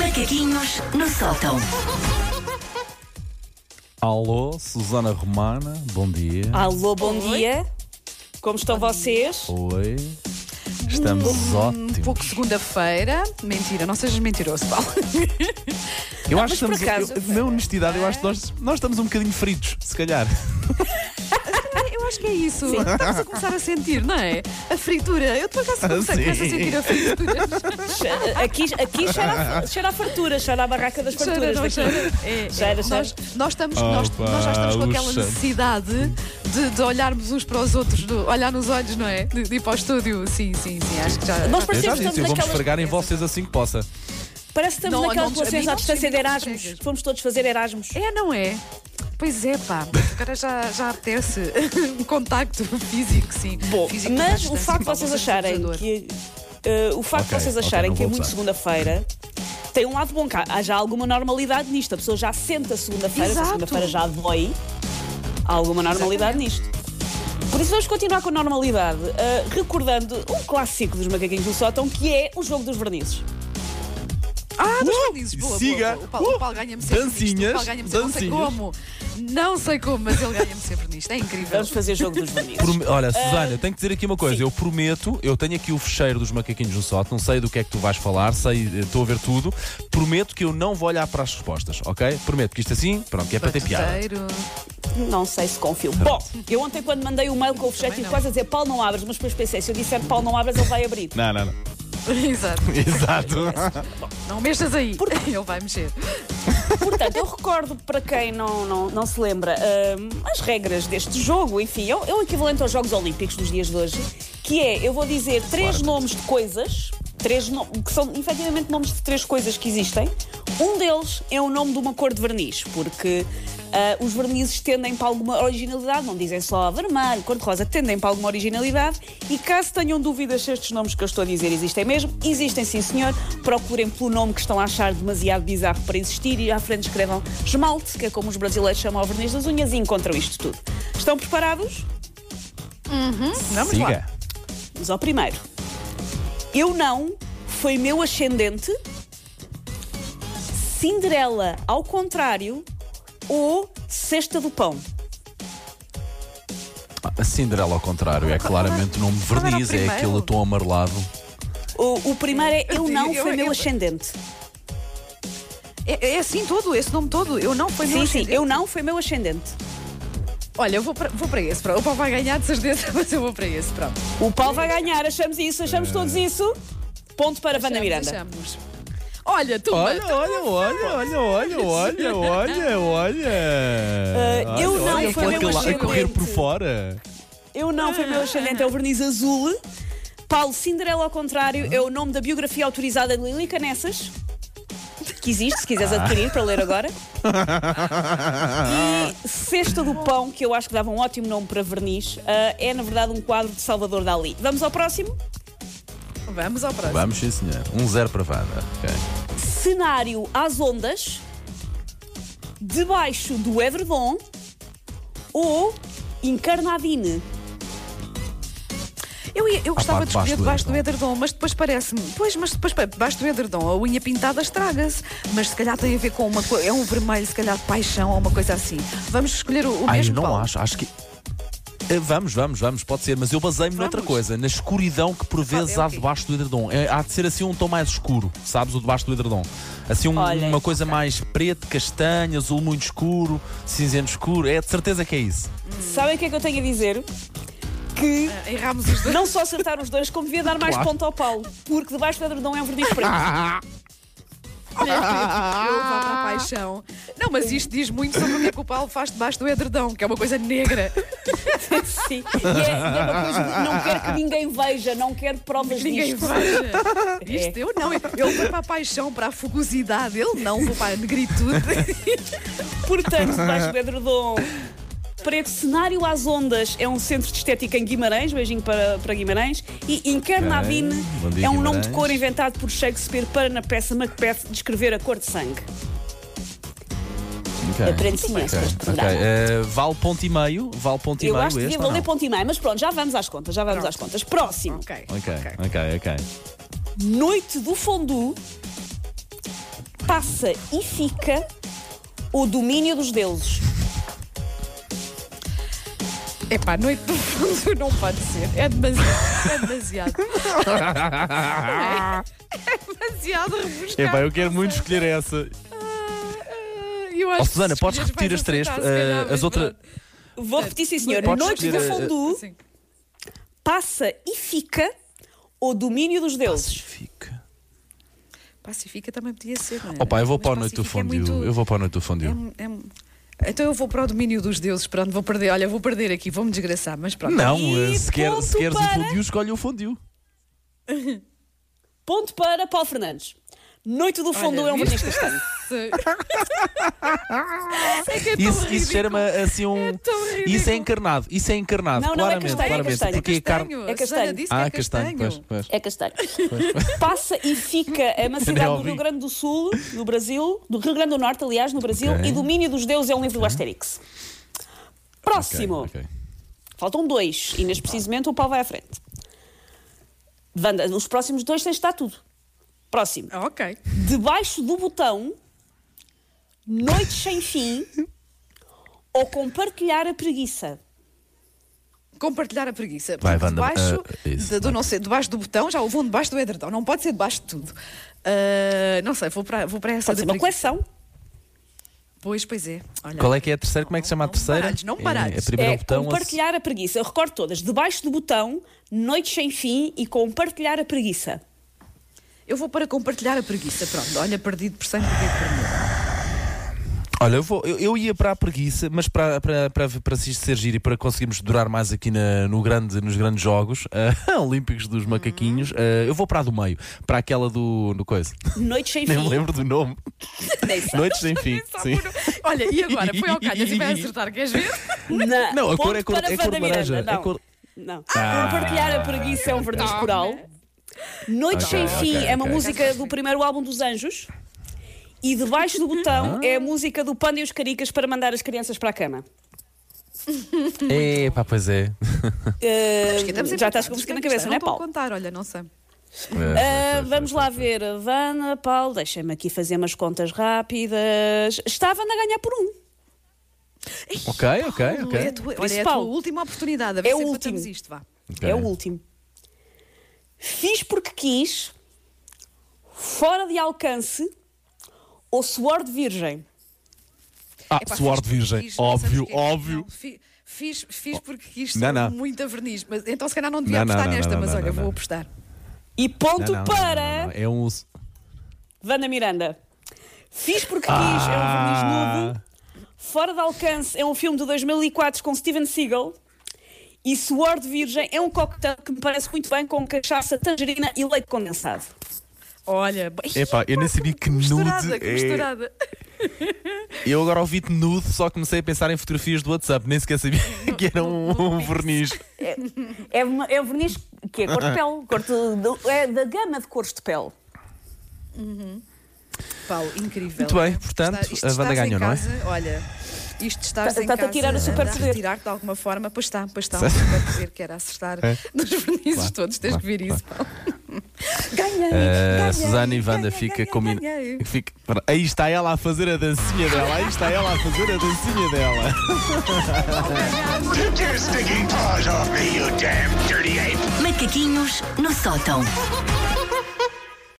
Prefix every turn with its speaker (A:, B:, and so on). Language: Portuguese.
A: Macaquinhos no sótão.
B: Alô, Susana Romana, bom dia.
C: Alô, bom dia. Como estão vocês?
B: Oi. Estamos ótimos.
D: Um pouco segunda-feira. Mentira, não sejas mentiroso, Paulo.
B: eu acho que
C: mas por
B: estamos,
C: acaso-
B: eu- na honestidade, eu acho que
D: é?
B: nós, nós estamos um bocadinho fritos, se calhar.
D: Eu acho que é isso. Estamos a começar a sentir, não é? A fritura. Eu por acaso começo
C: Ah,
B: sim.
D: começo a sentir a fritura.
C: Aqui, aqui cheira, a- cheira a fartura, cheira a barraca das
D: Cheira,
C: farturas.
D: não
C: daqui.
D: cheira? É, é.
C: Cheira, cheira.
D: Nós, nós estamos, nós,
B: Opa,
D: nós já estamos com
B: o
D: aquela
B: cheiro.
D: necessidade de, de olharmos uns para os outros, de olhar nos olhos, não é? De, de ir para o estúdio. Sim, sim, sim. Acho que já.
C: Nós
B: Eu já
C: parecemos
B: disse,
C: estamos
B: eu vou-me
C: naquelas.
B: esfregar em vocês assim que possa.
D: Ah,
C: Parece que estamos
D: Não,
C: naquelas
D: não, a mim
C: relações à
D: não
C: distância de
D: chega, não
C: Erasmus.
D: chega.
C: Fomos todos fazer Erasmus.
D: É, não é? Pois é, pá. Agora já, já apetece um contacto físico, sim.
C: Bom,
D: Físico à
C: mas o
D: distância,
C: facto de
D: Paulo,
C: vocês
D: não sejas
C: acharem
D: abusador.
C: que. eh, o facto
B: Ok,
C: de vocês
B: ok,
C: acharem
B: não
C: que é
B: vou
C: muito
B: usar.
C: segunda-feira tem um lado bom. que Há há já alguma normalidade nisto. A pessoa já sente a segunda-feira, se a
D: Exato.
C: segunda-feira já dói. Há alguma normalidade nisto. Por isso vamos continuar com a normalidade, eh, recordando um clássico dos macaquinhos do sótão, que é o jogo dos vernizes.
D: Ah, dos vernizes,
B: e
D: boa,
B: Uh, siga.
D: boa, boa. O Paulo,
B: Uh,
D: o Paulo ganha-me sempre nisto. O Paulo ganha-me sempre,
B: dancinhas,
D: Não sei como. Não sei como, mas ele ganha-me sempre nisto. É incrível.
C: Vamos fazer jogo dos vernizes.
B: Prome-
D: Ah,
B: Olha, Susana, tenho que dizer aqui uma coisa. Eu prometo, eu tenho aqui o fecheiro dos macaquinhos no sótão, sei do que é que tu vais falar, sei, eh, estou a ver tudo. Prometo que eu não vou olhar para as respostas, ok? Prometo que isto assim, pronto, que é para ter piada.
D: Batuteiro.
C: Não sei se confio. Bom, eu ontem quando mandei o mail com o objetivo
D: não.
C: quase a dizer Paulo não abras, mas depois pensei, se eu disser Paulo não abras, ele vai abrir.
B: Não, não, não.
D: Exato.
B: Exato.
D: Não mexas aí. Ele vai mexer.
C: Portanto, eu recordo para quem não, não, não se lembra hum, as regras deste jogo, enfim, é o é o equivalente aos Jogos Olímpicos dos dias de hoje, que é, eu vou dizer três nomes de coisas, três no- que são efetivamente nomes de três coisas que existem. Um deles é o nome de uma cor de verniz, porque ah, os vernizes tendem para alguma originalidade, não dizem só vermelho, cor de rosa, tendem para alguma originalidade. E caso tenham dúvidas se estes nomes que eu estou a dizer existem mesmo, existem sim, senhor. Procurem pelo nome que estão a achar demasiado bizarro para existir e à frente escrevam esmalte, que é como os brasileiros chamam o verniz das unhas, e encontram isto tudo. Estão preparados?
D: Vamos lá.
B: Siga.
C: Vamos ao primeiro. Eu não foi meu ascendente. Cinderela ao contrário ou cesta do pão.
B: A Cinderela ao contrário, é claramente o nome
D: era o
B: verniz, é
D: primeiro?
B: aquele tom amarelado.
C: O, o primeiro é eu não
D: Eu-
C: foi
D: eu-
C: meu
D: eu-
C: ascendente.
D: É, é assim todo, esse nome todo. Eu não foi meu
C: Sim, sim,
D: ascendente.
C: eu não foi meu ascendente.
D: Olha, eu vou para, vou para esse. pronto. O Paulo vai ganhar de certeza, mas eu vou para esse. Pronto.
C: O Paulo vai ganhar, achamos isso, achamos todos
B: É.
C: isso. Ponto para Vanda Miranda.
D: Deixamos. Olha, tu.
B: olha, olha, olha, olha, olha, olha, olha.
D: Eh,
C: Ah, eu Olha, não, olha, foi
B: foi
C: foi meu
B: a
C: ascendente.
B: é correr por fora.
C: Eu não foi meu ascendente, é o verniz azul. Paulo Cinderela ao contrário é o nome da biografia autorizada de Lili Canessas. Que existe, se
B: Ah.
C: quiseres adquirir para ler agora. E Cesta do Pão, que eu acho que dava um ótimo nome para verniz, ah, é na verdade um quadro de Salvador Dali. Vamos ao próximo?
D: Vamos ao próximo.
B: Vamos, sim, senhor. Um zero para Vanda. ok.
C: cenário às ondas, debaixo do edredom ou encarnadine.
D: Eu, ia- eu gostava de
B: debaixo
D: escolher
B: do
D: debaixo do edredom, mas depois parece-me. Pois, mas depois pa- debaixo do edredom a unha pintada estraga-se. Mas se calhar tem a ver com uma coisa. É um vermelho, se calhar de paixão ou uma coisa assim. Vamos escolher o, o
B: Ai, eu
D: mesmo.
B: não
D: Paulo.
B: acho, acho que. Eh, Vamos, vamos, vamos, pode ser, mas eu basei-me noutra
D: Vamos.
B: coisa, na escuridão que por vezes
D: é o
B: há
D: quê?
B: debaixo do edredom. É, há de ser assim um tom mais escuro, sabes? O debaixo do edredom. Assim um-
C: Olha,
B: uma coisa mais preto, castanho, azul muito escuro, cinzento escuro. É de certeza que é isso.
C: Sabem o que é que eu tenho a dizer? Que
D: Erramos os dois.
C: não só acertaram os dois, como devia dar mais
B: Claro.
C: ponto ao Paulo, porque debaixo do edredom é um verniz preto.
D: Olha, eu vou para a paixão. Não, mas isto diz muito sobre o que é que o Paulo faz debaixo do edredom, que é uma coisa negra.
C: Sim. E é, e é uma coisa que não quero que ninguém veja, não quero provas
D: Ninguém
C: disto.
D: veja. Isto eu não. Eu vou para a paixão, para a fugosidade. Ele não, vou para a negritude.
C: Portanto, debaixo do edredom. Preto Cenário às Ondas é um centro de estética em Guimarães, beijinho para, para Guimarães, e Incarnadine
B: Ok, bom dia,
C: é um nome
B: Guimarães.
C: de cor inventado por Shakespeare para na peça Macbeth descrever a cor de sangue.
B: Ok.
C: Aprende-se imenso
B: Ok,
C: com este
B: ok.
C: programa.
B: Eh, vale ponto e meio? Vale ponto e
C: Eu
B: meio
C: acho que
B: este
C: devia
B: ou
C: valer
B: não?
C: ponto e meio, mas pronto, já vamos às contas, já vamos às contas. Próximo,
D: ok.
B: Ok, ok, ok.
C: Noite do Fondue, passa e fica o domínio dos deuses.
D: Epá, noite do fundo não pode ser. É demasiado. É demasiado. é demasiado rebuscado. Ah,
B: Epá, eu quero muito escolher essa.
D: Eu acho
B: Ó,
D: que
B: Susana,
D: se
B: podes
D: escolheres
B: repetir
D: vais
B: as três?
D: acertar, se calhar,
B: eh,
D: mas
B: as outras.
D: pronto.
C: Vou repetir, sim, senhor.
B: Podes
C: Noites do
B: escolher, eh,
C: Fondue
D: Sim.
C: passa e fica o domínio dos deuses.
B: Fica.
D: Pacifica também podia ser. não é?
B: Opa, eu vou
D: Mas
B: para a noite do
D: Pacifica
B: fondue.
D: É muito...
B: Eu vou para a noite do
D: é
B: fondue.
D: um- é um- Então eu vou para o domínio dos deuses, pronto, vou perder, olha, vou perder aqui, vou-me desgraçar, mas pronto.
B: Não,
C: E
B: eh, se, quer,
C: ponto
B: se queres o
C: para-
B: fondue, escolhe o fondue.
C: Ponto para Paulo Fernandes. Noite do Fondue é um verniz
D: viste?
C: castanho.
D: É que é tão
B: Isso, isso
D: ridículo.
B: cheira-me assim um.
D: É tão ridículo.
B: isso é encarnado. Isso é encarnado.
C: Não, não, é
B: claramente,
C: castanho, é
B: claramente.
C: castanho.
B: Porque a carne.
D: castanho.
C: É
D: a Susana
C: castanho.
D: disse que
B: Ah,
D: é
B: castanho,
D: castanho.
B: pois, pois.
C: É castanho. Passa e fica a
B: Nem
C: Macedónia do
B: ouvi.
C: Rio Grande do Sul, no Brasil, do Rio Grande do Norte, aliás, no Brasil,
B: Ok.
C: e Domínio dos Deuses é um livro do Asterix.
D: É
B: Ok,
C: Próximo.
B: ok.
C: Faltam dois, e neste precisamente o pau vai à frente. Wanda, nos próximos dois tens de estar tudo. Próximo.
D: Ah, ok.
C: Debaixo do botão, noites sem fim, ou compartilhar a preguiça.
D: Compartilhar a preguiça.
B: Vai,
D: Portanto,
B: Wanda,
D: debaixo,
B: ah, isso,
D: de- do, não sei, debaixo do botão, já houve um debaixo do edredom, não pode ser debaixo de tudo. Ah, não sei, vou para, vou para essa
C: Pode
D: da
C: ser uma
D: preguiça.
C: coleção.
D: Pois, pois é. Olha.
B: Qual é que é a terceira? Como é que se chama a
D: Não
B: terceira?
D: baralhes, não um
B: É-
D: baralhes.
B: É, a primeira
C: É
B: botão. a-
C: compartilhar a preguiça. Eu recordo todas. Debaixo do botão, noites sem fim e compartilhar a preguiça.
D: Eu vou para compartilhar a preguiça, pronto. Olha, perdido por 100, perdido por mil.
B: Olha, eu, vou- eu- eu ia para a preguiça, mas para, para, para, para se isto ser giro e para conseguirmos durar mais aqui na- no grande, nos grandes jogos ah, olímpicos dos macaquinhos,
D: Uhum.
B: ah, eu vou para a do meio, para aquela do, do coisa.
C: Noites sem
B: Nem me
C: fim.
B: lembro do nome.
C: Nem sei.
B: Noites sem fim. Sim.
D: Olha, e agora? Foi ao calhas e vai acertar, queres ver?
C: Na-
B: Não, a cor
C: Ponto
B: é cor-
C: para
B: é cor
C: Wanda
B: de laranja,
C: Miranda.
B: é
C: Não.
B: cor-
C: Não.
B: Ah.
C: Compartilhar a preguiça é um verniz
D: Ah.
C: coral. Noites
B: Ok,
C: sem fim
B: ok,
C: é uma
B: ok.
C: música do primeiro álbum dos Anjos. E debaixo do botão é a música do Panda e os Caricas para mandar as crianças para a cama.
D: um
B: É, pá, pois é.
C: Eh,
D: Estamos
C: já estás com a música na cabeça, não é,
D: estou a um
C: Paulo?
D: contar, olha, não sei.
B: É,
C: Ah, vamos lá ver. Vana, Paulo, deixem-me aqui fazer umas contas rápidas. Estava a Vana a ganhar por um.
B: Ok, ok, ok.
D: É a tua, olha, é a tua
C: Principal.
D: última oportunidade. A ver
C: É
D: se
C: o último.
D: empatamos isto, vá.
B: Ok.
C: É o último. Fiz porque quis, fora de alcance, ou suor de virgem.
B: Ah,
D: Epá,
B: suor
D: fiz
B: de
D: porque
B: virgem.
D: quis, sabes
B: óbvio,
D: o quê?
B: óbvio.
D: é Não, fi- fiz, fiz porque quis
B: Não, não.
D: muita verniz. Mas, então, se calhar, não devia
B: Não, não,
D: apostar
B: não,
D: nesta,
B: não,
D: mas
B: não,
D: olha,
B: não,
D: vou
B: não.
D: apostar.
C: E ponto
B: Não, não, não,
C: para
B: não, não. É um.
C: Vana Miranda. Fiz porque quis, é um verniz
B: Ah.
C: nudo. Fora de alcance é um filme de 2004 com Steven Seagal. E Suor de Virgem é um coquetel que me parece muito bem com cachaça, tangerina e leite condensado.
D: Olha, bem-
B: Epá, eu nem sabia que
D: misturada,
B: É nude.
D: que
B: é-
D: misturada.
B: Eu agora ouvi-te nude, só comecei a pensar em fotografias do WhatsApp, nem sequer sabia que era um, um verniz.
C: É, uma- é um verniz que é cor de pele, cor de- de- é da gama de cores de pele.
D: Paulo, incrível.
B: Muito bem, portanto,
D: Está- isto
B: a Wanda
D: estás em
B: ganhou, não é?
D: casa, Olha, isto
C: Está-
D: estás em
C: está-te Tá- a
D: casa.
C: tirar o superpoder.
D: está-te a tirar de alguma forma. Pois está, pois está. Um
B: Certo.
D: superpoder que era acertar
B: É.
D: dos vernizes
B: Claro,
D: todos. Tens
B: claro,
D: que ver isso, Paulo.
C: Ganhei!
B: Uh,
D: ganhei,
B: Susana e Wanda
D: ganhei,
B: fica
D: ganhei,
B: combinado.
D: ganhei.
B: Fica... Espera, Aí está ela a fazer a dancinha dela, aí está ela a fazer a dancinha dela.
A: Take your stinking paws off me, you damn dirty ape!
E: Macaquinhos no sótão.